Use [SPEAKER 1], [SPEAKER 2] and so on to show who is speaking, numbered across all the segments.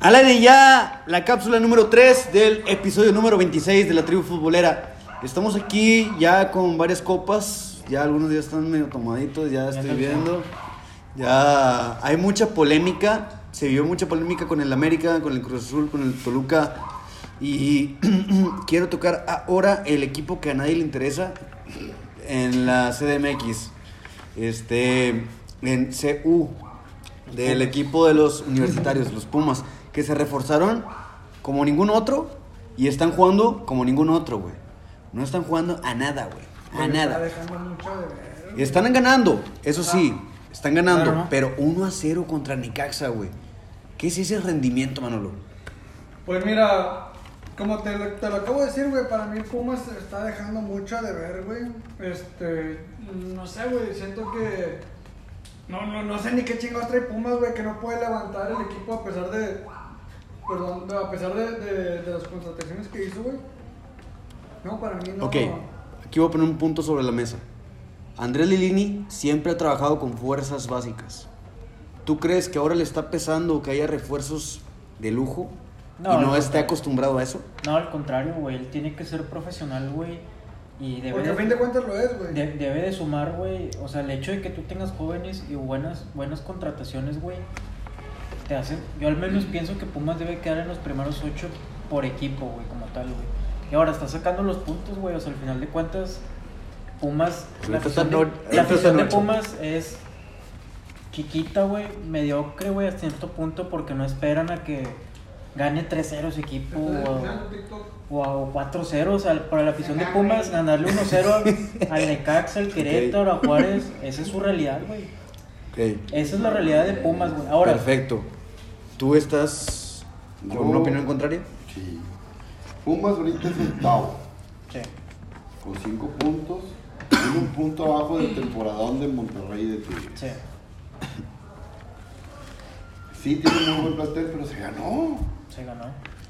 [SPEAKER 1] Al aire ya la cápsula número 3 del episodio número 26 de la tribu futbolera. Estamos aquí ya con varias copas, ya algunos ya están medio tomaditos, ya estoy viendo. Ya hay mucha polémica, se vio mucha polémica con el América, con el Cruz Azul, con el Toluca. Y quiero tocar ahora el equipo que a nadie le interesa en la CDMX. Este, en CU, del equipo de los universitarios, los Pumas, que se reforzaron como ningún otro y están jugando como ningún otro, güey. No están jugando a nada, güey. A nada. Están ganando, eso sí, están ganando,
[SPEAKER 2] Ah. Claro, ¿no?
[SPEAKER 1] pero 1 a 0 contra Nicaxa, güey. ¿Qué es ese rendimiento, Manolo?
[SPEAKER 3] Pues mira, como te, lo- te lo acabo de decir, güey, para mí Pumas está dejando mucho de ver, güey. Este, no sé, güey, siento que. No, no, no sé ni qué chingados trae Pumas, güey, que no puede levantar el equipo a pesar de. Perdón, a pesar de, de- de las contrataciones que hizo, güey. No, para mí no.
[SPEAKER 1] Ok, aquí voy a poner un punto sobre la mesa. Andrés Lilini siempre ha trabajado con fuerzas básicas. ¿Tú crees que ahora le está pesando que haya refuerzos de lujo
[SPEAKER 2] No,
[SPEAKER 1] y
[SPEAKER 2] al
[SPEAKER 1] no esté
[SPEAKER 2] contrario.
[SPEAKER 1] acostumbrado a eso?
[SPEAKER 2] No, al contrario, güey. Él tiene que ser profesional, güey. Y debe
[SPEAKER 3] Porque
[SPEAKER 2] de,
[SPEAKER 3] a fin de cuentas lo es, güey.
[SPEAKER 2] de- debe de sumar, güey. O sea, el hecho de que tú tengas jóvenes y buenas, buenas contrataciones, güey, te hace. Yo al menos pienso que Pumas debe quedar en los primeros ocho por equipo, güey, como tal, güey. Y ahora está sacando los puntos, güey. O sea, al final de cuentas, Pumas.
[SPEAKER 1] Ahorita
[SPEAKER 2] La afición
[SPEAKER 1] están
[SPEAKER 2] de,
[SPEAKER 1] no- ahorita están
[SPEAKER 2] la afición de
[SPEAKER 1] ocho.
[SPEAKER 2] Pumas es chiquita, güey, mediocre, güey, hasta cierto punto, porque no esperan a que gane 3-0 su equipo
[SPEAKER 3] Entonces,
[SPEAKER 2] o-
[SPEAKER 3] escuchando TikTok.
[SPEAKER 2] o a- o 4-0 o sea, para la afición de Pumas, ganarle 1-0 al- al Necaxa, al Querétaro, a Juárez. Esa es su realidad, güey. Esa es la realidad de Pumas, güey. Ahora,
[SPEAKER 1] Perfecto. ¿Tú estás con
[SPEAKER 4] Yo-
[SPEAKER 1] una opinión contraria?
[SPEAKER 4] Sí. Pumas ahorita es octavo,
[SPEAKER 2] Sí.
[SPEAKER 4] con cinco puntos, y un punto abajo del temporadón de Monterrey y de Tigres.
[SPEAKER 2] sí.
[SPEAKER 4] Sí, tiene un buen plantel, pero se ganó.
[SPEAKER 2] Se ganó.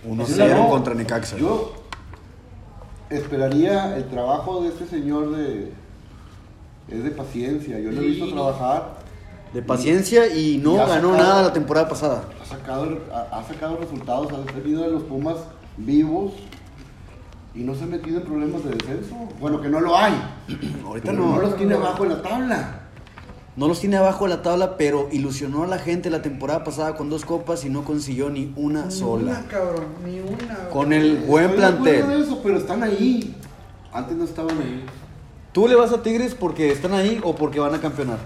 [SPEAKER 1] 1-0 contra Necaxa.
[SPEAKER 4] Yo esperaría el trabajo de este señor de... Es de paciencia, yo lo he visto trabajar,
[SPEAKER 1] De paciencia y no
[SPEAKER 4] Ya
[SPEAKER 1] ganó
[SPEAKER 4] sacaron.
[SPEAKER 1] nada la temporada pasada.
[SPEAKER 4] ha sacado, ha, ha sacado resultados, ha tenido de los Pumas vivos y no se ha metido en problemas de descenso. Bueno, que no lo hay,
[SPEAKER 1] Ahorita
[SPEAKER 4] pero no,
[SPEAKER 1] no.
[SPEAKER 4] los tiene abajo en la tabla.
[SPEAKER 1] No los tiene abajo de la tabla, pero ilusionó a la gente la temporada pasada con dos copas y no consiguió ni una
[SPEAKER 3] Ni
[SPEAKER 1] sola.
[SPEAKER 3] una, cabrón, ni una. güey.
[SPEAKER 1] Con el buen
[SPEAKER 4] Estoy de acuerdo en
[SPEAKER 1] plantel.
[SPEAKER 4] eso, pero están ahí. Antes no estaban ahí.
[SPEAKER 1] ¿Tú le vas a Tigres porque están ahí o porque van a campeonar?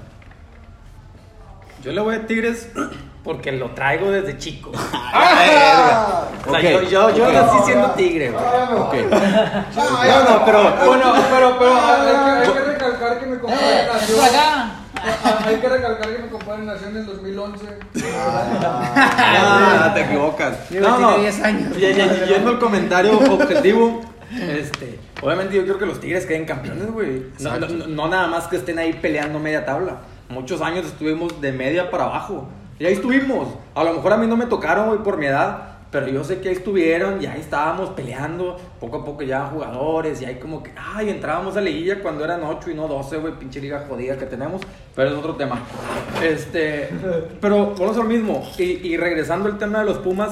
[SPEAKER 5] Yo le voy a Tigres porque lo traigo desde chico.
[SPEAKER 4] ¡Ah!
[SPEAKER 5] O sea, yo, yo, yo
[SPEAKER 1] ok.
[SPEAKER 5] nací siendo tigre, güey.
[SPEAKER 1] Ok.
[SPEAKER 2] Ah,
[SPEAKER 5] No, no, pero bueno, pero, pero.
[SPEAKER 3] Ah, hay, que, hay
[SPEAKER 5] yo-
[SPEAKER 3] que recalcar que mi compadre nació. Ah, Hay que recalcar que mi compadre nació en el 2011.
[SPEAKER 5] Ah, te equivocas.
[SPEAKER 2] Digo, tiene 10 años.
[SPEAKER 5] Y- y- Yendo al comentario objetivo, este, obviamente yo creo que los Tigres queden campeones, güey. No, no- no- no nada más que estén ahí peleando media tabla. Muchos años estuvimos de media para abajo. Y ahí estuvimos. A lo mejor a mí no me tocaron, güey, por mi edad. Pero yo sé que ahí estuvieron y ahí estábamos peleando. Poco a poco ya jugadores y ahí como que, ay, entrábamos a liguilla cuando eran 8 y no 12, güey, pinche liga jodida que tenemos. Pero es otro tema. Este, pero vamos a lo mismo. Y, y regresando al tema de los Pumas,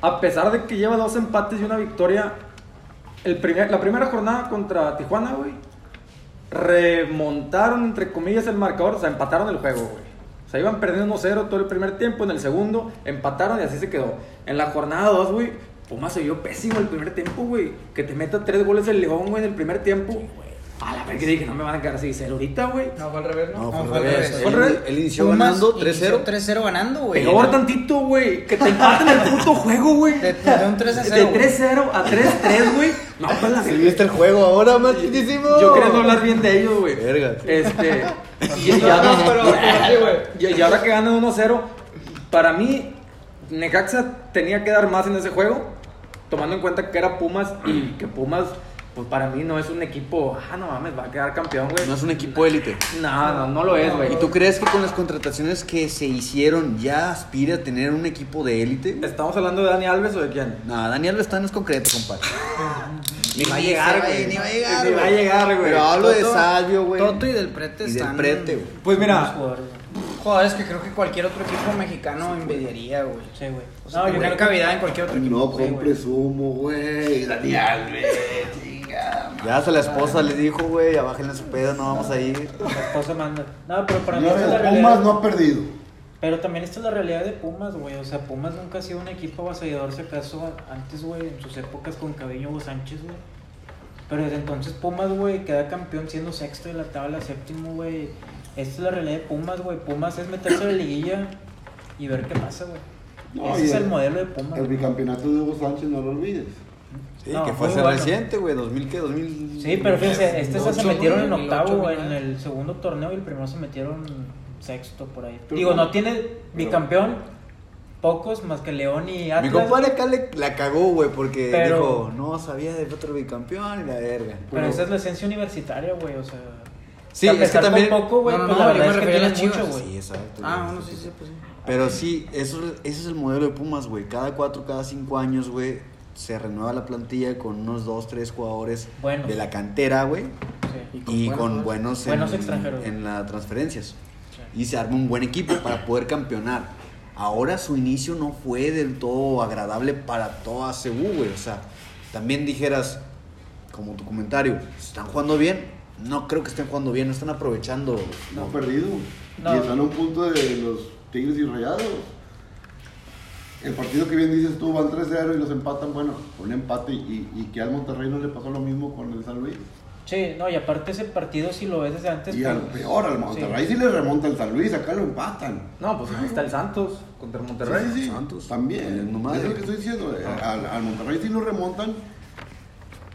[SPEAKER 5] a pesar de que lleva dos empates y una victoria, el primer- la primera jornada contra Tijuana, güey, remontaron, entre comillas, el marcador, o sea, empataron el juego, güey. O sea, iban perdiendo 1-0 todo el primer tiempo, en el segundo empataron y así se quedó. En la jornada 2, güey, Pumas se vio pésimo el primer tiempo, güey. Que te meta tres goles el León, güey, en el primer tiempo. A la vez que dije, no me van a quedar así 0 ahorita, güey.
[SPEAKER 3] No, fue al revés, ¿no?
[SPEAKER 1] No, fue
[SPEAKER 6] No,
[SPEAKER 1] al
[SPEAKER 6] fue al
[SPEAKER 1] revés.
[SPEAKER 6] revés.
[SPEAKER 1] Él-
[SPEAKER 5] Fue al revés.
[SPEAKER 1] Él inició
[SPEAKER 6] Pumas
[SPEAKER 1] ganando
[SPEAKER 6] inició
[SPEAKER 1] 3-0.
[SPEAKER 6] 3-0 ganando, güey.
[SPEAKER 5] Peor tantito, güey. Que te empaten el puto juego, güey.
[SPEAKER 6] Te- te dio un 3 a 0,
[SPEAKER 5] De
[SPEAKER 6] güey.
[SPEAKER 5] 3-0 a 3-3, güey. No, pues la
[SPEAKER 1] Si viste el juego ahora, más chiquísimo.
[SPEAKER 5] Yo quería no hablar bien de ellos, güey.
[SPEAKER 1] Verga.
[SPEAKER 5] Este. Y, y ahora-
[SPEAKER 3] No, pero, pero sí, güey.
[SPEAKER 5] y- y ahora que ganan 1-0, para mí, Necaxa tenía que dar más en ese juego, tomando en cuenta que era Pumas y que Pumas, pues para mí no es un equipo, ah, no mames, va a quedar campeón, güey.
[SPEAKER 1] No es un equipo élite.
[SPEAKER 5] No, no, no lo es, güey.
[SPEAKER 1] ¿Y tú crees que con las contrataciones que se hicieron ya aspira a tener un equipo de élite?
[SPEAKER 5] ¿Estamos hablando de Dani Alves o de quién?
[SPEAKER 1] No, Daniel Bestán es concreto, compadre.
[SPEAKER 5] Ni va a
[SPEAKER 6] Ni
[SPEAKER 5] llegar,
[SPEAKER 6] se va-
[SPEAKER 5] güey.
[SPEAKER 6] ni va a llegar,
[SPEAKER 5] Ni va a
[SPEAKER 6] güey.
[SPEAKER 5] llegar, güey.
[SPEAKER 1] Pero hablo de
[SPEAKER 6] Toto-
[SPEAKER 1] Salvio, güey.
[SPEAKER 6] Toto y del Prete
[SPEAKER 1] Y del
[SPEAKER 6] están-
[SPEAKER 1] Prete, güey.
[SPEAKER 5] Pues mira,
[SPEAKER 2] Buenos jugadores, güey.
[SPEAKER 6] jugadores que creo que cualquier otro equipo mexicano envidiaría, güey.
[SPEAKER 2] Sí, güey.
[SPEAKER 6] O sea,
[SPEAKER 2] No, yo
[SPEAKER 6] tendrían
[SPEAKER 2] creo que-
[SPEAKER 6] cavidad en cualquier otro equipo.
[SPEAKER 4] No
[SPEAKER 6] güey.
[SPEAKER 4] compres humo, güey. Daniel, güey. Chinga.
[SPEAKER 1] Ya hasta la esposa le dijo, güey, ya bájenle su pedo, no vamos a ir.
[SPEAKER 2] La esposa manda. No, pero para mí esta es la
[SPEAKER 4] Los
[SPEAKER 2] realidad.
[SPEAKER 4] Pumas no ha perdido.
[SPEAKER 2] Pero también esta es la realidad de Pumas, güey. O sea, Pumas nunca ha sido un equipo avasallador, si acaso antes, güey, en sus épocas con Cabeño o Sánchez, güey. Pero desde entonces Pumas, güey, queda campeón siendo sexto de la tabla, séptimo, güey. Esta es la realidad de Pumas, güey. Pumas es meterse a la liguilla y ver qué pasa, güey.
[SPEAKER 4] No,
[SPEAKER 2] Ese
[SPEAKER 4] y
[SPEAKER 2] es
[SPEAKER 4] el-
[SPEAKER 2] el modelo de Pumas.
[SPEAKER 4] El
[SPEAKER 2] güey.
[SPEAKER 4] bicampeonato de Hugo Sánchez, no lo olvides.
[SPEAKER 1] Sí,
[SPEAKER 2] No,
[SPEAKER 1] que
[SPEAKER 2] muy
[SPEAKER 1] fue hace
[SPEAKER 2] bueno.
[SPEAKER 1] reciente, güey, 2000 qué, 2000.
[SPEAKER 2] Sí, pero fíjense, este se,
[SPEAKER 6] Ocho,
[SPEAKER 2] metieron
[SPEAKER 6] güey,
[SPEAKER 2] en
[SPEAKER 6] el
[SPEAKER 2] octavo,
[SPEAKER 6] ocho,
[SPEAKER 2] güey, en
[SPEAKER 6] güey.
[SPEAKER 2] el segundo torneo y el primero se metieron sexto por ahí.
[SPEAKER 4] Pero
[SPEAKER 2] Digo,
[SPEAKER 4] no-
[SPEAKER 2] no tiene bicampeón, pocos más que León y
[SPEAKER 1] Mi
[SPEAKER 2] Atlas.
[SPEAKER 1] compadre acá le, la cagó, güey, porque
[SPEAKER 2] Pero-
[SPEAKER 1] dijo, no sabía del otro bicampeón y la verga.
[SPEAKER 2] Pero, esa es la esencia universitaria, güey, o sea.
[SPEAKER 1] Sí, es que también.
[SPEAKER 2] Poco, güey,
[SPEAKER 6] No, no,
[SPEAKER 2] pues
[SPEAKER 6] no,
[SPEAKER 2] la
[SPEAKER 6] yo
[SPEAKER 2] verdad es
[SPEAKER 6] me
[SPEAKER 2] que
[SPEAKER 6] refería a
[SPEAKER 2] tiene
[SPEAKER 6] las
[SPEAKER 2] mucho,
[SPEAKER 6] chivas.
[SPEAKER 1] Sí,
[SPEAKER 2] güey.
[SPEAKER 1] exacto.
[SPEAKER 6] Ah,
[SPEAKER 1] güey.
[SPEAKER 6] bueno, sí, sí, pues sí.
[SPEAKER 1] Pero sí, eso, ese es el modelo de Pumas, güey. Cada cuatro, cada cinco años, güey, se renueva la plantilla con unos dos, tres jugadores
[SPEAKER 2] Buenos.
[SPEAKER 1] de la cantera, güey.
[SPEAKER 2] Sí.
[SPEAKER 1] Y con
[SPEAKER 6] buenos-
[SPEAKER 1] buenos,
[SPEAKER 2] Buenos
[SPEAKER 1] en,
[SPEAKER 2] extranjeros, güey.
[SPEAKER 1] en las transferencias.
[SPEAKER 2] Sí.
[SPEAKER 1] Y se arma un buen equipo para poder campeonar. Ahora su inicio no fue del todo agradable para toda CU, güey. O sea, también dijeras, como tu comentario, ¿están jugando bien? No creo que estén jugando bien, no están aprovechando.
[SPEAKER 4] No ha perdido.
[SPEAKER 2] No.
[SPEAKER 4] Y están a un punto de los Tigres y Rayados. El partido que bien dices tú, van 3-0 y los empatan, bueno, un empate. Y, y que al Monterrey no le pasó lo mismo con el San Luis.
[SPEAKER 2] Sí, no, y aparte ese partido, si lo ves desde antes.
[SPEAKER 4] Y
[SPEAKER 2] pues,
[SPEAKER 4] al peor, al Monterrey sí, le remonta el San Luis, acá lo empatan.
[SPEAKER 5] No, pues ahí está el Santos contra el Monterrey.
[SPEAKER 4] Sí, sí, sí.
[SPEAKER 1] Santos.
[SPEAKER 4] También.
[SPEAKER 1] No madre.
[SPEAKER 4] Es lo que estoy diciendo. eh, Al, al Monterrey sí lo remontan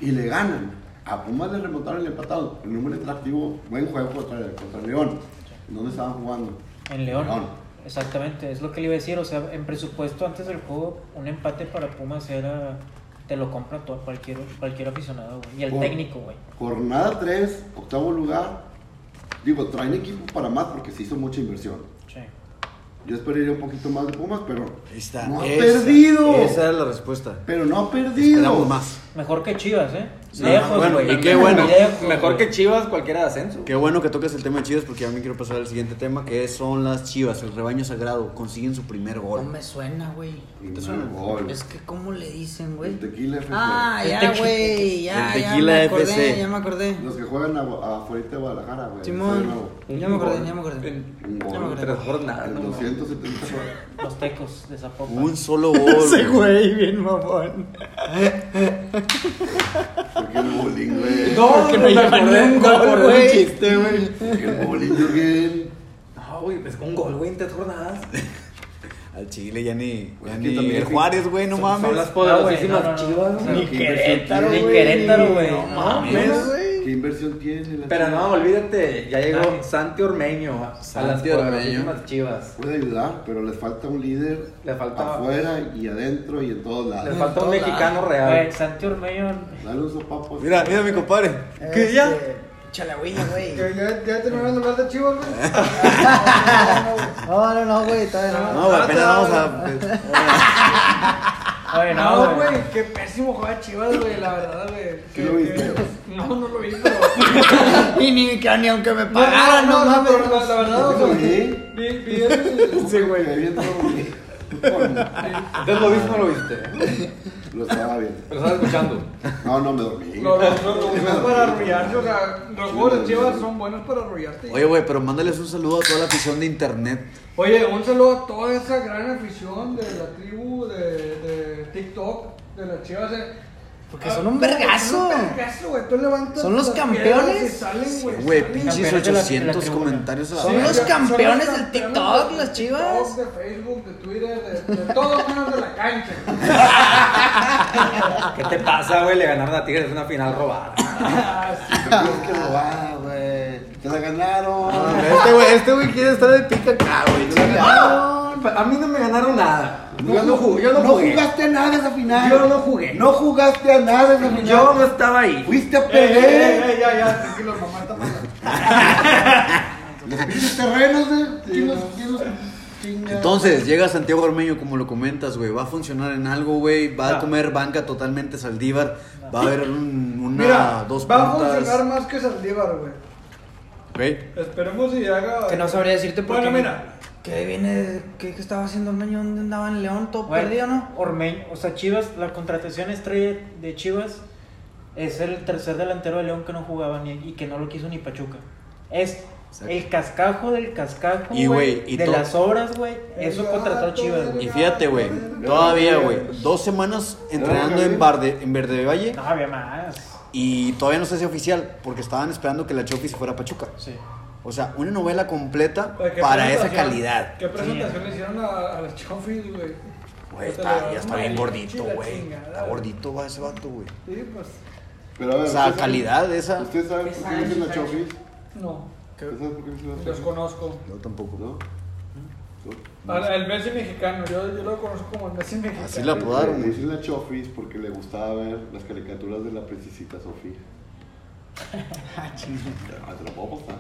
[SPEAKER 4] y le ganan. A Pumas le remontaron el empatado. El número atractivo, buen juego contra, contra León. ¿Dónde estaban jugando?
[SPEAKER 2] En León.
[SPEAKER 4] León.
[SPEAKER 2] Exactamente, es lo que le iba a decir. O sea, en presupuesto antes del juego, un empate para Pumas era. Te lo compra todo, cualquier, cualquier aficionado, güey. Y el
[SPEAKER 4] Por-
[SPEAKER 2] técnico, güey.
[SPEAKER 4] Jornada 3, octavo lugar. Digo, traen equipo para más porque se hizo mucha inversión.
[SPEAKER 2] Sí.
[SPEAKER 4] Yo esperaría un poquito más de Pumas, pero
[SPEAKER 1] Ahí está.
[SPEAKER 4] no ha
[SPEAKER 1] Esa-
[SPEAKER 4] perdido.
[SPEAKER 1] Esa era la respuesta.
[SPEAKER 4] Pero no ha perdido.
[SPEAKER 1] Esperamos más.
[SPEAKER 2] Mejor que Chivas, ¿eh?
[SPEAKER 1] Sí,
[SPEAKER 2] lejos,
[SPEAKER 1] bueno,
[SPEAKER 2] güey.
[SPEAKER 1] y qué bueno.
[SPEAKER 2] Lejos,
[SPEAKER 5] Mejor
[SPEAKER 2] güey.
[SPEAKER 5] que Chivas, cualquiera de ascenso.
[SPEAKER 1] Qué bueno que tocas el tema de Chivas porque ya me quiero pasar al siguiente tema que son las Chivas, el rebaño sagrado. Consiguen su primer
[SPEAKER 6] No
[SPEAKER 1] gol.
[SPEAKER 6] me suena, güey.
[SPEAKER 4] Primer gol.
[SPEAKER 6] Es que, ¿cómo le dicen, güey?
[SPEAKER 4] El Tequila FC.
[SPEAKER 6] Ah,
[SPEAKER 2] El
[SPEAKER 6] ya,
[SPEAKER 2] tequi-
[SPEAKER 6] güey. Ya,
[SPEAKER 1] el
[SPEAKER 6] ya
[SPEAKER 1] tequila
[SPEAKER 6] me
[SPEAKER 1] FC.
[SPEAKER 6] acordé, ya me acordé.
[SPEAKER 4] Los que juegan a- afuera de Guadalajara, güey. Está de
[SPEAKER 6] Simón,
[SPEAKER 4] nuevo.
[SPEAKER 6] ya me acordé, ya me acordé.
[SPEAKER 5] En-
[SPEAKER 4] Un
[SPEAKER 6] Ya me
[SPEAKER 4] gol.
[SPEAKER 6] acordé.
[SPEAKER 5] Tres jornadas,
[SPEAKER 4] El
[SPEAKER 5] no, no.
[SPEAKER 4] 270
[SPEAKER 2] Los tecos de Zapopan.
[SPEAKER 1] Un solo gol. güey.
[SPEAKER 6] güey, bien mamón.
[SPEAKER 4] Porque el bowling, güey.
[SPEAKER 6] Porque no llevan ni un gol, güey.
[SPEAKER 5] chiste, güey.
[SPEAKER 4] Porque el bowling, Jürgen.
[SPEAKER 5] No, güey, pues con gol, güey, en tres jornadas.
[SPEAKER 1] Al Chile ya ni,
[SPEAKER 4] Pues
[SPEAKER 1] ya
[SPEAKER 4] es que
[SPEAKER 1] ni
[SPEAKER 4] también
[SPEAKER 1] el
[SPEAKER 4] es-
[SPEAKER 1] Juárez, güey, no
[SPEAKER 5] Son-
[SPEAKER 1] mames.
[SPEAKER 5] Son las
[SPEAKER 2] Ah, güey, no,
[SPEAKER 5] poderosísimas
[SPEAKER 2] no, no.
[SPEAKER 5] chivas, güey.
[SPEAKER 2] Ni
[SPEAKER 4] Pero qué
[SPEAKER 2] Querétaro,
[SPEAKER 4] inversión
[SPEAKER 2] ni
[SPEAKER 4] tiene,
[SPEAKER 2] Querétaro, güey. No
[SPEAKER 5] mames.
[SPEAKER 4] ¿Qué inversión tiene? la
[SPEAKER 5] Pero
[SPEAKER 4] chica?
[SPEAKER 5] no, olvídate, ya llegó
[SPEAKER 2] Nadie.
[SPEAKER 5] Santi Ormeño a las
[SPEAKER 1] Santi Ormeño.
[SPEAKER 5] poderosísimas chivas.
[SPEAKER 4] Puede ayudar, pero les falta un líder
[SPEAKER 5] Le falta-
[SPEAKER 4] afuera y adentro y en todos
[SPEAKER 5] Le
[SPEAKER 4] lados.
[SPEAKER 5] falta un
[SPEAKER 6] Hola.
[SPEAKER 5] mexicano
[SPEAKER 2] Güey,
[SPEAKER 5] real.
[SPEAKER 2] Santi Ormeño.
[SPEAKER 4] Dale un sopapo. así.
[SPEAKER 1] Mira, mira mi compadre.
[SPEAKER 6] ¿Qué
[SPEAKER 5] este.
[SPEAKER 1] ¿Qué ya?
[SPEAKER 6] Chalagüilla, güey.
[SPEAKER 3] Que ya, ya terminaron de hablar de Chivas, güey.
[SPEAKER 6] No, no, no, güey, todavía no.
[SPEAKER 1] No,
[SPEAKER 3] Ah,
[SPEAKER 1] güey, apenas vamos a.
[SPEAKER 2] Oye, no,
[SPEAKER 3] No,
[SPEAKER 2] güey.
[SPEAKER 3] güey, qué pésimo juega Chivas, güey, la verdad, güey.
[SPEAKER 4] ¿Sí
[SPEAKER 3] Que-
[SPEAKER 4] lo viste?
[SPEAKER 3] que- No, no lo vi, pero...
[SPEAKER 6] Y ni que ni aunque me
[SPEAKER 3] No,
[SPEAKER 6] pagaran, no, mames.
[SPEAKER 3] pero la, la verdad, o sea,
[SPEAKER 4] ¿Sí?
[SPEAKER 3] vi, vi el...
[SPEAKER 4] Sí, güey. Que bien todo bien.
[SPEAKER 5] Entonces lo viste o no lo viste.
[SPEAKER 4] Lo estaba bien.
[SPEAKER 5] Lo estás escuchando.
[SPEAKER 4] No, no me dormí.
[SPEAKER 3] Los los- los-
[SPEAKER 4] Sí,
[SPEAKER 3] los-
[SPEAKER 4] me dormí.
[SPEAKER 3] para arrullarte, o sea, los juegos de Chivas son buenos para arrullarte.
[SPEAKER 1] Oye, güey, pero mándales un saludo a toda la afición de internet.
[SPEAKER 3] Oye, un saludo a toda esa gran afición de la tribu de, de TikTok, de las chivas. eh.
[SPEAKER 6] Porque son un vergazo.
[SPEAKER 3] Son un vergazo, güey. Tú levantas
[SPEAKER 6] Son los
[SPEAKER 3] las
[SPEAKER 6] campeones.
[SPEAKER 3] piedras y salen,
[SPEAKER 1] Güey,
[SPEAKER 3] güey. salen.
[SPEAKER 1] pinches
[SPEAKER 2] Campeones de Pues, la-
[SPEAKER 1] 800
[SPEAKER 2] de la tribuna.
[SPEAKER 1] comentarios a la
[SPEAKER 6] Son
[SPEAKER 1] verga.
[SPEAKER 6] los
[SPEAKER 3] ya-
[SPEAKER 6] campeones
[SPEAKER 3] son los
[SPEAKER 6] del TikTok,
[SPEAKER 3] campeones
[SPEAKER 6] las
[SPEAKER 3] del
[SPEAKER 6] Chivas.
[SPEAKER 3] TikTok, de Facebook, de Twitter, de, de todos menos de la cancha.
[SPEAKER 5] Ah, ¿Qué te pasa, güey? Le ganaron a Tigres una final robada.
[SPEAKER 3] Ah, sí.
[SPEAKER 4] Tienes que robar, güey. Te la ganaron.
[SPEAKER 1] No,
[SPEAKER 5] Ah,
[SPEAKER 1] güey, Este güey este güey quiere estar de pica acá, güey. Te la ganaron.
[SPEAKER 5] A mí no me ganaron nada.
[SPEAKER 4] No,
[SPEAKER 5] Yo no jugué. Yo no jugué.
[SPEAKER 4] jugaste a nada esa final.
[SPEAKER 5] Yo no jugué.
[SPEAKER 4] No jugaste a nada esa final.
[SPEAKER 5] Yo no estaba ahí.
[SPEAKER 4] Fuiste a
[SPEAKER 3] Eh, eh,
[SPEAKER 4] perder.
[SPEAKER 3] eh, ya, ya, tranquilo, mamá está mala.
[SPEAKER 4] Los pinches terrenos de.
[SPEAKER 3] Sí,
[SPEAKER 4] ¿Quién los-
[SPEAKER 3] no.
[SPEAKER 4] quién los- chinga?
[SPEAKER 1] Entonces, llega Santiago Ormeño, como lo comentas, güey. Va a funcionar en algo, güey. Va a
[SPEAKER 2] No.
[SPEAKER 1] comer banca totalmente Saldívar. Va a haber un- una,
[SPEAKER 3] Mira,
[SPEAKER 1] dos
[SPEAKER 3] va a funcionar
[SPEAKER 1] puntas.
[SPEAKER 3] más que Saldívar, güey.
[SPEAKER 1] Güey,
[SPEAKER 3] Esperemos si haga.
[SPEAKER 6] Que no sabría decirte por
[SPEAKER 3] Bueno,
[SPEAKER 6] qué.
[SPEAKER 3] mira,
[SPEAKER 6] ¿Qué viene? ¿Qué, qué estaba haciendo Ormeño? ¿Dónde andaba en León? ¿Todo
[SPEAKER 2] Güey,
[SPEAKER 6] perdido, no?
[SPEAKER 2] Ormeño, o sea, Chivas, la contratación estrella de Chivas es el tercer delantero de León que no jugaba ni, y que no lo quiso ni Pachuca. Es
[SPEAKER 1] Exacto.
[SPEAKER 2] el cascajo del cascajo,
[SPEAKER 1] Y,
[SPEAKER 2] güey,
[SPEAKER 1] güey, y
[SPEAKER 2] de
[SPEAKER 1] to-
[SPEAKER 2] las obras, güey. Eso contrató Chivas, güey.
[SPEAKER 1] Y fíjate, güey, todavía, güey, dos semanas entrenando en, Barde, en Verde Valle
[SPEAKER 2] No, había más.
[SPEAKER 1] y todavía no se hace oficial porque estaban esperando que la Chofi se fuera a Pachuca.
[SPEAKER 2] Sí.
[SPEAKER 1] O sea, una novela completa
[SPEAKER 3] Oye, eh, ¿qué
[SPEAKER 1] para esa
[SPEAKER 3] presentación-
[SPEAKER 1] calidad.
[SPEAKER 3] ¿Qué presentación le hicieron a, a las Chofis, güey?
[SPEAKER 1] Güey,
[SPEAKER 3] Puta,
[SPEAKER 1] está-
[SPEAKER 3] la-
[SPEAKER 1] ya está bien
[SPEAKER 3] madre,
[SPEAKER 1] gordito,
[SPEAKER 3] la
[SPEAKER 1] güey.
[SPEAKER 3] chingada,
[SPEAKER 1] Está gordito va ese vato, güey.
[SPEAKER 3] Sí, pues,
[SPEAKER 4] Pero a ver,
[SPEAKER 1] O sea,
[SPEAKER 4] ¿ustedes saben-
[SPEAKER 1] calidad esa.
[SPEAKER 4] ¿Ustedes saben por qué le dicen la chofis?
[SPEAKER 3] no,
[SPEAKER 4] ¿Ustedes saben por qué le dicen la
[SPEAKER 3] los
[SPEAKER 4] chofis?
[SPEAKER 3] conozco.
[SPEAKER 1] Yo tampoco.
[SPEAKER 4] ¿No?
[SPEAKER 3] Al, al Messi mexicano, yo, yo lo conozco como el Messi mexicano.
[SPEAKER 1] Así la apodaron,
[SPEAKER 4] Le
[SPEAKER 1] güey.
[SPEAKER 4] dicen la chofis porque le gustaba ver las caricaturas de la princesita Sofía. Ah, te lo puedo apostar.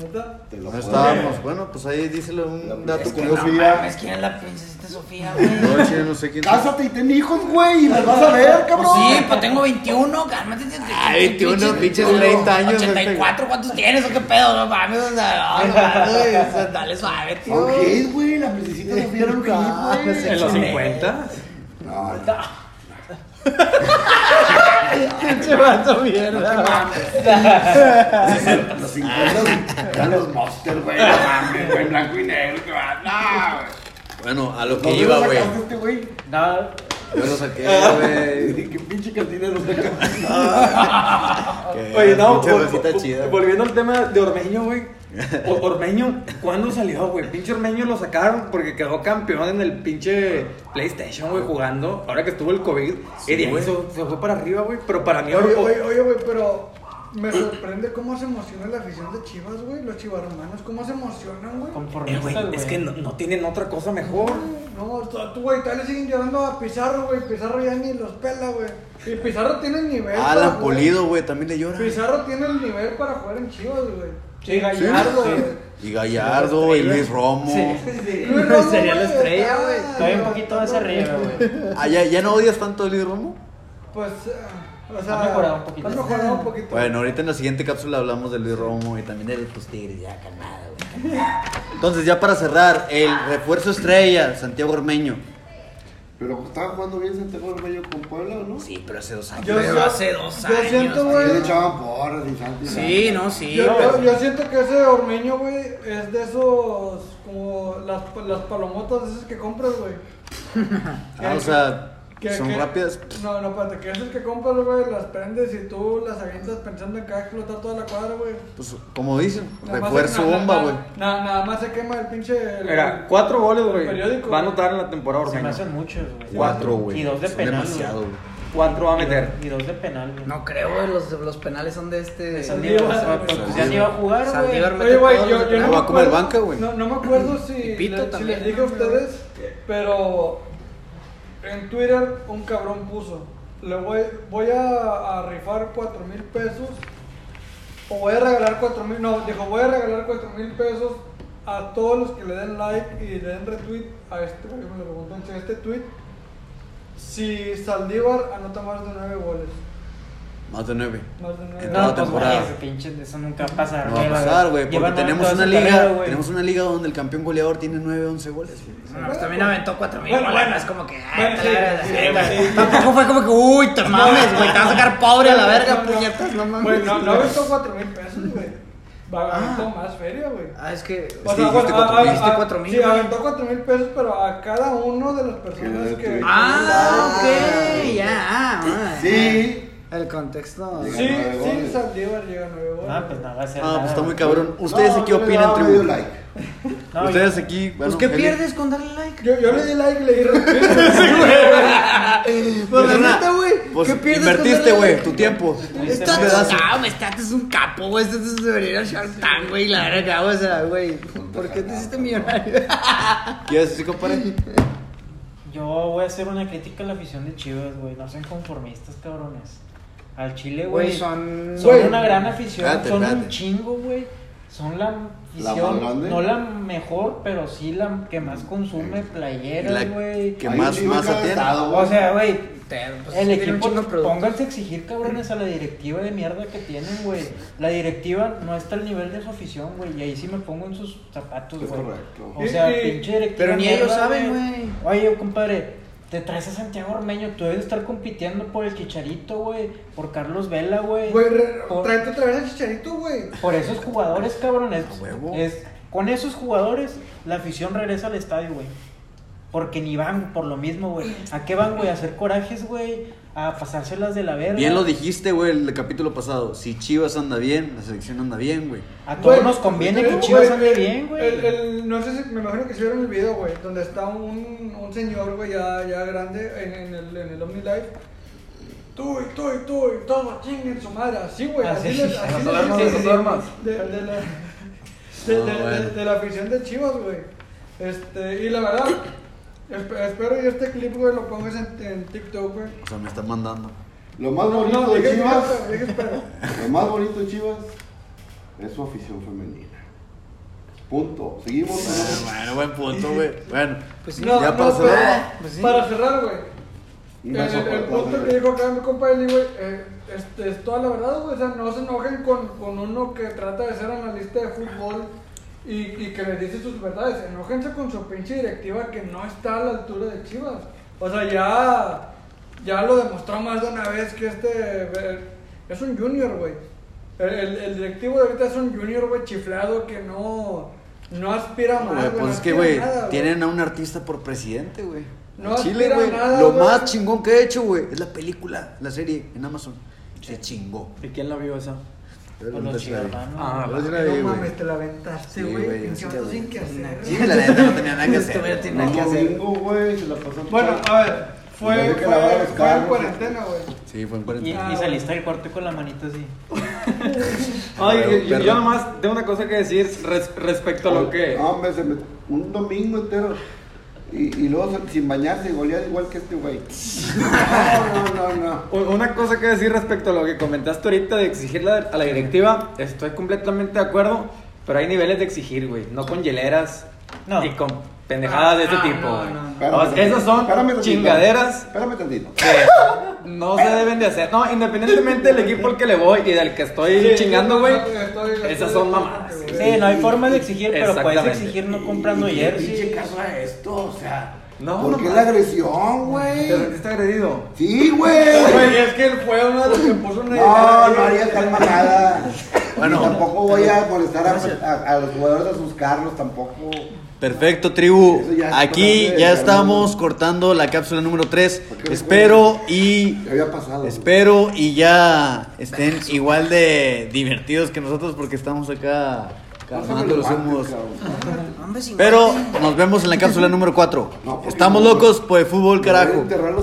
[SPEAKER 3] ¿Neta?
[SPEAKER 4] Te lo
[SPEAKER 1] No
[SPEAKER 4] puedo
[SPEAKER 1] estábamos. Bueno, pues ahí díselo
[SPEAKER 4] La
[SPEAKER 1] un
[SPEAKER 4] princesa
[SPEAKER 1] dato
[SPEAKER 6] Es que
[SPEAKER 1] curioso.
[SPEAKER 6] no
[SPEAKER 4] Sofía.
[SPEAKER 6] mames, ¿quién es la princesita Sofía, güey?
[SPEAKER 1] No, al chile no sé quién.
[SPEAKER 4] Cásate y ten hijos, güey, y las vas a ver,
[SPEAKER 6] Pues
[SPEAKER 4] cabrón.
[SPEAKER 6] sí, pues tengo 21, cálmate. te- te-
[SPEAKER 1] Ah,
[SPEAKER 6] te-
[SPEAKER 1] 21, pinches 30 años,
[SPEAKER 6] 84, ¿cuántos tienes o qué pedo? No mames, o sea, no, no mames, o sea, dale suave, tío.
[SPEAKER 4] ¿Con qué es, güey? La princesita Sofía era un hit, güey.
[SPEAKER 5] En los 50.
[SPEAKER 4] No, no. Los 50 eran los monsters, güey. No mames, güey, blanco y negro. Que va. No,
[SPEAKER 1] Bueno, a lo que
[SPEAKER 4] güey.
[SPEAKER 1] iba,
[SPEAKER 4] ¿Dónde
[SPEAKER 1] güey.
[SPEAKER 4] lo sacaste, güey?
[SPEAKER 2] Nada,
[SPEAKER 1] Yo lo saqué, güey.
[SPEAKER 4] ¿Qué pinche cantina lo sacaste?
[SPEAKER 1] Que
[SPEAKER 5] Oye,
[SPEAKER 1] Eh,
[SPEAKER 5] no,
[SPEAKER 1] pinche
[SPEAKER 5] vol-
[SPEAKER 1] rosita
[SPEAKER 5] vol-
[SPEAKER 1] chida.
[SPEAKER 5] volviendo al tema de Ormeño, güey. O- Ormeño, ¿cuándo salió, güey? Pinche Ormeño lo sacaron porque quedó campeón en el pinche PlayStation, güey, jugando. Ahora que estuvo el COVID, y de ahí
[SPEAKER 1] güey.
[SPEAKER 5] se, se fue para arriba, güey. Pero para mí,
[SPEAKER 3] Oye,
[SPEAKER 5] Or-
[SPEAKER 3] oye, oye, güey, pero me sorprende cómo se emociona la afición de Chivas, güey. Los chivarromanos, cómo se emocionan, güey.
[SPEAKER 5] Eh, güey,
[SPEAKER 2] conformistas, güey.
[SPEAKER 5] es que no, no tienen otra cosa mejor.
[SPEAKER 3] No, tú, tú, güey, todavía le siguen llevando a Pizarro, güey. Pizarro ya ni los pela, güey. Y Pizarro tiene el nivel. pues, para
[SPEAKER 1] Alan
[SPEAKER 3] jugar.
[SPEAKER 1] Ah, Pulido, güey, también le llora.
[SPEAKER 3] Pizarro tiene el nivel para jugar en Chivas, güey.
[SPEAKER 2] Sí,
[SPEAKER 3] Gallardo,
[SPEAKER 2] sí.
[SPEAKER 3] güey.
[SPEAKER 1] Y Gallardo, y Luis
[SPEAKER 3] Este,
[SPEAKER 1] Romo.
[SPEAKER 3] Luis Romo,
[SPEAKER 6] Sería la
[SPEAKER 3] güey,
[SPEAKER 6] estrella,
[SPEAKER 3] está
[SPEAKER 6] güey.
[SPEAKER 2] Todavía un poquito más arriba, güey.
[SPEAKER 1] Ah, ¿ya, ya no odias tanto a Luis Romo?
[SPEAKER 3] Pues, eh, o sea,
[SPEAKER 2] Ha mejorado un poquito.
[SPEAKER 3] Ha mejorado un poquito.
[SPEAKER 1] Bueno, ahorita en la siguiente cápsula hablamos de Luis Romo y también de tus Tigres, ya calmado, güey. Entonces, ya para cerrar, el refuerzo estrella, Santiago Ormeño.
[SPEAKER 4] Pero pues, estaba jugando bien Santiago Armeño con Puebla, ¿no?
[SPEAKER 1] Sí, pero hace dos años.
[SPEAKER 3] Yo
[SPEAKER 6] Pero
[SPEAKER 3] siento-
[SPEAKER 6] hace dos
[SPEAKER 3] yo
[SPEAKER 6] años,
[SPEAKER 3] siento,
[SPEAKER 6] tío.
[SPEAKER 4] Sí, le
[SPEAKER 3] güey.
[SPEAKER 4] echaban porras y Santi.
[SPEAKER 6] Sí, no, sí.
[SPEAKER 3] Yo, yo-
[SPEAKER 6] pero-
[SPEAKER 3] yo siento que ese ormeño, güey, es de esos, como las, las palomotas esas que compras, güey.
[SPEAKER 1] Ah, o sea,
[SPEAKER 3] Que-
[SPEAKER 1] son
[SPEAKER 3] que-
[SPEAKER 1] rápidas.
[SPEAKER 3] No, no, espérate, que esas que compras, güey, las prendes y tú las avientas pensando en que va a explotar toda la cuadra, güey.
[SPEAKER 1] Pues, como dicen,
[SPEAKER 3] Nada más-
[SPEAKER 1] refuerzo
[SPEAKER 3] na- na-
[SPEAKER 1] bomba,
[SPEAKER 3] na-
[SPEAKER 1] güey.
[SPEAKER 3] na- nada más se quema el pinche... el-
[SPEAKER 5] Era cuatro goles, güey.
[SPEAKER 3] Periódico.
[SPEAKER 5] Va a anotar en la temporada
[SPEAKER 2] Se me
[SPEAKER 5] Ormeño.
[SPEAKER 2] hacen muchos, güey.
[SPEAKER 1] Cuatro, güey.
[SPEAKER 2] Y dos de
[SPEAKER 1] Son
[SPEAKER 2] penal.
[SPEAKER 1] demasiado,
[SPEAKER 2] güey.
[SPEAKER 1] güey.
[SPEAKER 5] Cuatro va a meter.
[SPEAKER 2] Y dos de penal, güey.
[SPEAKER 6] No creo, güey, los, los penales son de este.
[SPEAKER 2] Saldívar,
[SPEAKER 3] Saldívar,
[SPEAKER 2] güey,
[SPEAKER 3] güey.
[SPEAKER 2] pues ya ni iba a jugar, güey.
[SPEAKER 6] Saldívar
[SPEAKER 3] Oye, güey,
[SPEAKER 6] mete
[SPEAKER 3] yo,
[SPEAKER 6] todos
[SPEAKER 3] yo
[SPEAKER 6] los
[SPEAKER 3] no
[SPEAKER 1] Ah, va a
[SPEAKER 3] me
[SPEAKER 1] comer
[SPEAKER 3] acuerdo-
[SPEAKER 1] banca, güey.
[SPEAKER 3] No, no me acuerdo si,
[SPEAKER 6] Y Pito
[SPEAKER 3] le- si
[SPEAKER 6] también,
[SPEAKER 3] les dije a
[SPEAKER 6] ¿no?
[SPEAKER 3] ustedes, pero en Twitter un cabrón puso, le voy, voy a, a rifar cuatro mil pesos, o voy a regalar cuatro mil, no, dijo, voy a regalar cuatro mil pesos a todos los que le den like y le den retweet a este, güey, me lo preguntó en este tweet, si Saldívar anota más de nueve goles.
[SPEAKER 1] Más de nueve.
[SPEAKER 3] Más de nueve.
[SPEAKER 1] En
[SPEAKER 2] No,
[SPEAKER 1] toda
[SPEAKER 2] pues,
[SPEAKER 1] temporada.
[SPEAKER 2] güey, ese pinche- eso nunca va a pasar,
[SPEAKER 1] No va a pasar, güey, porque
[SPEAKER 2] Llevan
[SPEAKER 1] tenemos
[SPEAKER 2] toda
[SPEAKER 1] una
[SPEAKER 2] su
[SPEAKER 1] liga,
[SPEAKER 2] carrera, güey.
[SPEAKER 1] tenemos una liga donde el campeón goleador tiene 9, 11 goles, güey.
[SPEAKER 6] No, pues también aventó 4 mil
[SPEAKER 3] Bueno,
[SPEAKER 6] bolas,
[SPEAKER 3] bueno.
[SPEAKER 6] es como que. ah,
[SPEAKER 3] Bueno, sí,
[SPEAKER 6] te la verga,
[SPEAKER 3] sí,
[SPEAKER 6] eh,
[SPEAKER 3] bueno,
[SPEAKER 6] güey.
[SPEAKER 3] sí.
[SPEAKER 6] Tampoco fue como que, uy, te mames, güey, te vas a sacar pobre a la verga,
[SPEAKER 3] No, no,
[SPEAKER 6] puñetas, no mames.
[SPEAKER 3] Güey, no, no aventó cuatro mil pesos, güey. Va, aventó más feria, güey.
[SPEAKER 6] Ah, es que.
[SPEAKER 3] O
[SPEAKER 1] Sí,
[SPEAKER 3] sea,
[SPEAKER 1] dijiste
[SPEAKER 3] bueno, ah,
[SPEAKER 1] cuatro
[SPEAKER 3] a-
[SPEAKER 1] mil.
[SPEAKER 3] a-
[SPEAKER 6] Dijiste
[SPEAKER 3] a-
[SPEAKER 6] cuatro mil,
[SPEAKER 3] Sí,
[SPEAKER 6] güey.
[SPEAKER 3] aventó cuatro mil pesos, pero a cada uno de las personas
[SPEAKER 4] Que
[SPEAKER 3] que...
[SPEAKER 4] de-
[SPEAKER 6] Ah,
[SPEAKER 4] Ah,
[SPEAKER 6] ok, ya. ah,
[SPEAKER 4] Sí.
[SPEAKER 6] El contexto.
[SPEAKER 3] Sí,
[SPEAKER 4] Llega nueve
[SPEAKER 3] sí,
[SPEAKER 4] goles.
[SPEAKER 3] Saldívar llega a nueve goles.
[SPEAKER 2] Ah, pues nada, va a ser
[SPEAKER 1] Ah,
[SPEAKER 2] nada,
[SPEAKER 1] pues está muy
[SPEAKER 2] güey.
[SPEAKER 1] cabrón. ¿Ustedes
[SPEAKER 4] No,
[SPEAKER 1] aquí
[SPEAKER 4] yo le
[SPEAKER 1] opinan,
[SPEAKER 4] daba medio
[SPEAKER 1] tribu?
[SPEAKER 4] like.
[SPEAKER 2] No,
[SPEAKER 1] Ustedes aquí, bueno,
[SPEAKER 6] Pues, ¿qué
[SPEAKER 1] Eli-
[SPEAKER 6] pierdes con darle like?
[SPEAKER 3] Yo, yo le di like y le di retweet.
[SPEAKER 6] Pues, la
[SPEAKER 1] Perdona,
[SPEAKER 6] neta, güey.
[SPEAKER 1] pues,
[SPEAKER 6] ¿Qué pierdes con
[SPEAKER 1] Invertiste,
[SPEAKER 6] darle
[SPEAKER 1] güey,
[SPEAKER 6] like?
[SPEAKER 1] tu tiempo.
[SPEAKER 6] Tá Está um
[SPEAKER 1] Un pedazo.
[SPEAKER 6] chingado, me estás, es un capo, güey. Este se debería ir al Shark Tank, tá, güey. La verga, o sea, güey. ¿Por qué te hiciste millonario?
[SPEAKER 1] ¿Quieres decir, compadre?
[SPEAKER 2] Yo voy a hacer una crítica a la afición de Chivas, güey. No sean conformistas, cabrones. Al Chile, güey.
[SPEAKER 6] Güey, son-
[SPEAKER 2] son
[SPEAKER 6] güey.
[SPEAKER 2] una gran afición.
[SPEAKER 1] Espérate,
[SPEAKER 2] son
[SPEAKER 1] espérate.
[SPEAKER 2] un chingo, güey. Son la
[SPEAKER 4] ¿La
[SPEAKER 2] afición.
[SPEAKER 4] más grande?
[SPEAKER 2] no la mejor, pero sí la que más consume playeras,
[SPEAKER 1] Eh, La
[SPEAKER 2] güey.
[SPEAKER 1] que
[SPEAKER 4] Hay
[SPEAKER 1] más
[SPEAKER 4] un chivo en
[SPEAKER 1] masa
[SPEAKER 4] cada
[SPEAKER 1] tiene.
[SPEAKER 4] estado, güey.
[SPEAKER 2] O sea, güey.
[SPEAKER 6] pedo. Pues,
[SPEAKER 2] El
[SPEAKER 6] sí tiene un
[SPEAKER 2] equipo,
[SPEAKER 6] chingo de productos.
[SPEAKER 2] pónganse a exigir cabrones a la directiva de mierda que tienen, güey. La directiva no está al nivel de su afición, güey. Y ahí sí me pongo en sus zapatos,
[SPEAKER 4] Es
[SPEAKER 2] güey.
[SPEAKER 4] correcto.
[SPEAKER 2] O sea,
[SPEAKER 3] Sí, sí.
[SPEAKER 2] pinche directiva.
[SPEAKER 6] Pero ni
[SPEAKER 2] mierda,
[SPEAKER 6] ellos saben, güey.
[SPEAKER 2] Oye, compadre, te traes a Santiago Ormeño. Tú debes estar compitiendo por el Chicharito, güey. Por Carlos Vela, güey.
[SPEAKER 3] Güey, re-
[SPEAKER 2] por-
[SPEAKER 3] tráete otra vez al chicharito, güey.
[SPEAKER 2] por esos jugadores, cabrón. Es,
[SPEAKER 1] A huevo.
[SPEAKER 2] es- con esos jugadores, la afición regresa al estadio, güey. Porque ni van por lo mismo, güey. ¿A qué van, güey? A hacer corajes, güey. A pasárselas de la verga.
[SPEAKER 1] Bien lo dijiste, güey, el capítulo pasado. Si Chivas anda bien, la selección anda bien, güey.
[SPEAKER 2] A todos
[SPEAKER 3] Güey,
[SPEAKER 2] nos conviene
[SPEAKER 3] creo,
[SPEAKER 2] que Chivas
[SPEAKER 3] güey,
[SPEAKER 2] ande bien, güey.
[SPEAKER 3] el- el- No sé si, me imagino que se vieron el video, güey, donde está un, un señor, güey, ya, ya grande en, en el, en el OmniLife. Tú y tú y tú y todo, chinguen su madre, así, güey.
[SPEAKER 2] Así,
[SPEAKER 3] Así, les- así
[SPEAKER 5] las
[SPEAKER 3] les
[SPEAKER 5] armas,
[SPEAKER 3] dicen
[SPEAKER 5] las armas.
[SPEAKER 3] De, de la, de,
[SPEAKER 1] Ah,
[SPEAKER 3] de- de-
[SPEAKER 1] bueno.
[SPEAKER 3] de la afición de Chivas, güey. Este, y la verdad, esp- espero y este clip, güey, lo pongas en, en TikTok, güey.
[SPEAKER 1] O sea, me están mandando.
[SPEAKER 4] Lo más bonito
[SPEAKER 3] No,
[SPEAKER 4] de
[SPEAKER 3] deja-
[SPEAKER 4] Chivas,
[SPEAKER 3] deja- deja esperar.
[SPEAKER 4] lo más bonito de Chivas es su afición femenina. Punto. Seguimos. ¿no?
[SPEAKER 1] Bueno, buen punto, güey. Bueno,
[SPEAKER 6] Pues sí.
[SPEAKER 3] No,
[SPEAKER 1] ya
[SPEAKER 3] no,
[SPEAKER 1] pasó.
[SPEAKER 3] pero-
[SPEAKER 6] Pues sí.
[SPEAKER 3] Para cerrar, güey. El,
[SPEAKER 4] Un beso
[SPEAKER 3] el- el
[SPEAKER 4] para todos,
[SPEAKER 3] punto que
[SPEAKER 4] güey.
[SPEAKER 3] dijo acá mi compa Eli, güey, eh, este, es toda la verdad, güey. O sea, no se enojen con, con uno que trata de ser analista de fútbol y, y que les dice sus verdades. Enójense con su pinche directiva que no está a la altura de Chivas. O sea, ya, ya lo demostró más de una vez que este eh, es un junior, güey. El, el- el directivo de ahorita es un junior, güey, chiflado que no, no aspira a
[SPEAKER 1] No,
[SPEAKER 3] más,
[SPEAKER 1] güey,
[SPEAKER 3] Ah, güey, no
[SPEAKER 1] pues es que,
[SPEAKER 3] aspira a
[SPEAKER 1] güey,
[SPEAKER 3] nada, güey.
[SPEAKER 1] tienen a un artista por presidente, güey.
[SPEAKER 3] No
[SPEAKER 1] Chile,
[SPEAKER 3] aspira a
[SPEAKER 1] güey.
[SPEAKER 3] nada,
[SPEAKER 1] Lo
[SPEAKER 3] güey.
[SPEAKER 1] más chingón que he hecho, güey, es la película, la serie en Amazon. Se chingó.
[SPEAKER 5] ¿Y quién la vio esa?
[SPEAKER 2] Con Pues los
[SPEAKER 1] Pues
[SPEAKER 2] chivermanos.
[SPEAKER 5] Ah,
[SPEAKER 1] Yo sí la vi,
[SPEAKER 3] No
[SPEAKER 1] güey.
[SPEAKER 3] mames, te la aventaste,
[SPEAKER 1] Sí, güey,
[SPEAKER 3] güey.
[SPEAKER 1] yo
[SPEAKER 3] Pinche
[SPEAKER 1] sí
[SPEAKER 3] vato
[SPEAKER 1] la vi.
[SPEAKER 3] sin que hacer.
[SPEAKER 1] Sí, la neta no tenía nada que
[SPEAKER 6] Este güey no
[SPEAKER 1] hacer.
[SPEAKER 6] tiene
[SPEAKER 4] No,
[SPEAKER 6] nada que hacer.
[SPEAKER 4] domingo, güey, se la pasó.
[SPEAKER 3] Bueno, a ver, fue,
[SPEAKER 4] Tenía que
[SPEAKER 3] fue,
[SPEAKER 4] lavar los
[SPEAKER 3] fue en
[SPEAKER 4] carros.
[SPEAKER 3] cuarentena, güey.
[SPEAKER 1] Sí, fue en
[SPEAKER 2] Y,
[SPEAKER 1] 40.
[SPEAKER 3] Ah,
[SPEAKER 2] y saliste del cuarto con la manita así.
[SPEAKER 5] Ay,
[SPEAKER 1] Bueno,
[SPEAKER 5] yo- yo,
[SPEAKER 1] perro.
[SPEAKER 5] yo nomás tengo una cosa que decir res- respecto a lo que.
[SPEAKER 4] No, hombre, se me... un domingo entero. Y, y luego se- sin bañarse, golea igual que este güey. No, no, no, no.
[SPEAKER 5] U- Una cosa que decir respecto a lo que comentaste ahorita de exigir la- a la directiva, estoy completamente de acuerdo, pero hay niveles de exigir, güey, no con hieleras
[SPEAKER 2] No.
[SPEAKER 5] y con pendejadas de este
[SPEAKER 3] Ah,
[SPEAKER 5] tipo.
[SPEAKER 3] no,
[SPEAKER 5] güey.
[SPEAKER 3] no, no.
[SPEAKER 5] O sea, esas son
[SPEAKER 4] Espérame tantito.
[SPEAKER 5] chingaderas
[SPEAKER 4] Espérame tantito.
[SPEAKER 5] que no se deben de hacer. No, independientemente del equipo al que le voy y del que estoy
[SPEAKER 3] Sí,
[SPEAKER 5] chingando,
[SPEAKER 3] sí,
[SPEAKER 5] güey,
[SPEAKER 3] estoy- estoy- estoy-
[SPEAKER 5] esas son mamadas.
[SPEAKER 3] Sí,
[SPEAKER 2] Sí, no hay forma de exigir, pero puedes
[SPEAKER 5] Exactamente.
[SPEAKER 2] exigir no comprando
[SPEAKER 4] ¿Y qué pinche
[SPEAKER 2] jersey.
[SPEAKER 4] caso a esto? O sea,
[SPEAKER 5] No,
[SPEAKER 4] ¿por
[SPEAKER 5] no
[SPEAKER 4] qué
[SPEAKER 5] más.
[SPEAKER 4] la agresión, güey?
[SPEAKER 5] Te sentiste agredido.
[SPEAKER 4] Sí, güey.
[SPEAKER 3] Güey, es que él fue uno de los que puso una
[SPEAKER 4] No, no haría tal manada.
[SPEAKER 1] Bueno.
[SPEAKER 4] Bueno, tampoco voy a molestar a, a- a los jugadores a sus carros, tampoco.
[SPEAKER 1] Perfecto, tribu.
[SPEAKER 4] Eso ya es
[SPEAKER 1] Aquí
[SPEAKER 4] totalmente
[SPEAKER 1] ya
[SPEAKER 4] de
[SPEAKER 1] estamos
[SPEAKER 4] acuerdo.
[SPEAKER 1] cortando la cápsula número 3.
[SPEAKER 4] ¿Por qué me
[SPEAKER 1] Espero y
[SPEAKER 4] Ya había pasado. güey.
[SPEAKER 1] espero y ya estén igual de divertidos que nosotros porque estamos acá
[SPEAKER 4] Pásame
[SPEAKER 1] calmando
[SPEAKER 4] los
[SPEAKER 1] los
[SPEAKER 4] guantes,
[SPEAKER 1] humos.
[SPEAKER 4] cabrón.
[SPEAKER 6] Hombre, sin
[SPEAKER 1] Pero
[SPEAKER 6] guantes.
[SPEAKER 1] nos vemos en la cápsula número 4.
[SPEAKER 4] No, porque
[SPEAKER 1] Estamos
[SPEAKER 4] no,
[SPEAKER 1] locos por el fútbol,
[SPEAKER 4] Me voy a
[SPEAKER 1] carajo.
[SPEAKER 4] enterrar los